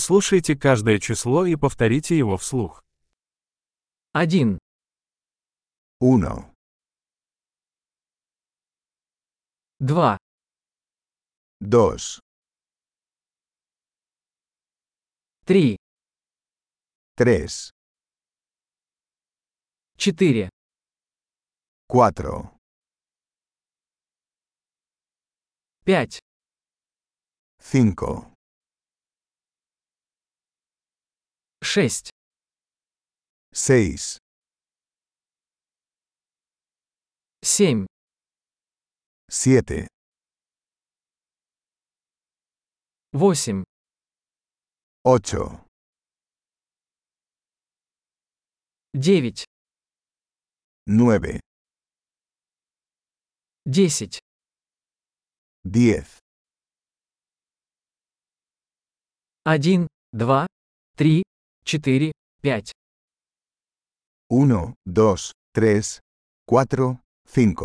Прослушайте каждое число и повторите его вслух. Один, 1, два, 2, три, 3, четыре, 4, пять, 5, шесть, 6, семь, 7, восемь, 8, девять, 9, десять, 10, один, два, три, четыре, пять, 1, 2, 3, 4, 5,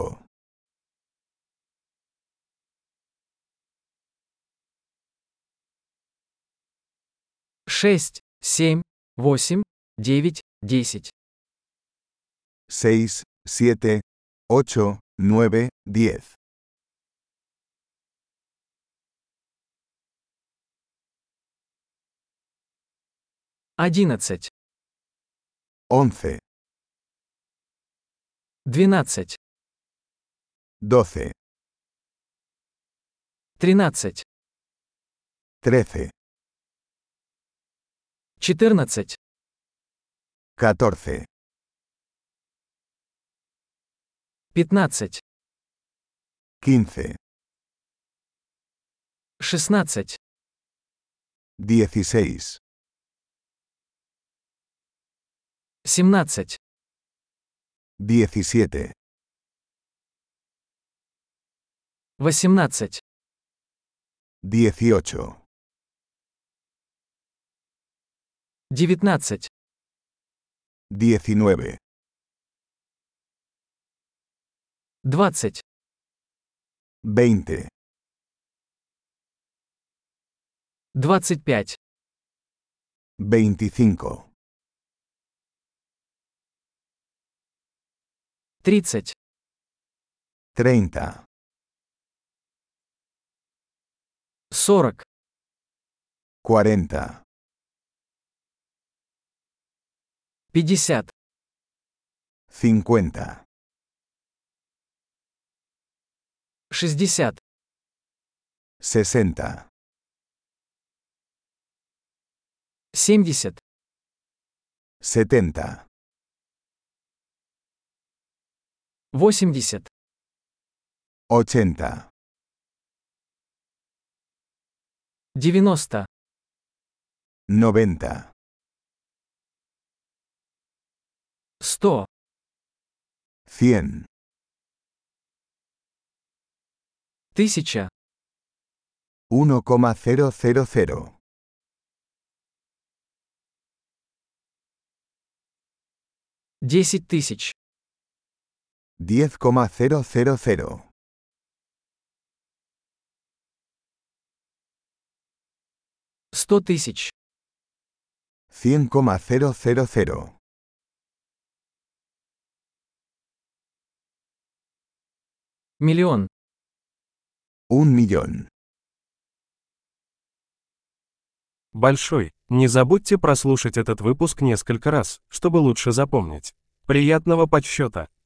шесть, семь, восемь, девять, десять, 6, 7, 8, 9, 10, одиннадцать, 11, двенадцать, 12, тринадцать, 13, четырнадцать, 14, пятнадцать, 15, шестнадцать, 16, семнадцать, 17, восемнадцать, 18, девятнадцать, 19, двадцать, 20, двадцать пять, 25, тридцать, 30, сорок, 40, пятьдесят, 50, шестьдесят, 60, семьдесят, 70, восемьдесят, 80, девяносто, 90, сто, 100, тысяча, 1,000, десять тысяч, 10,000, сто тысяч, 100,000, миллион, 1 millón. Большой. Не забудьте прослушать этот выпуск несколько раз, чтобы лучше запомнить. Приятного подсчета!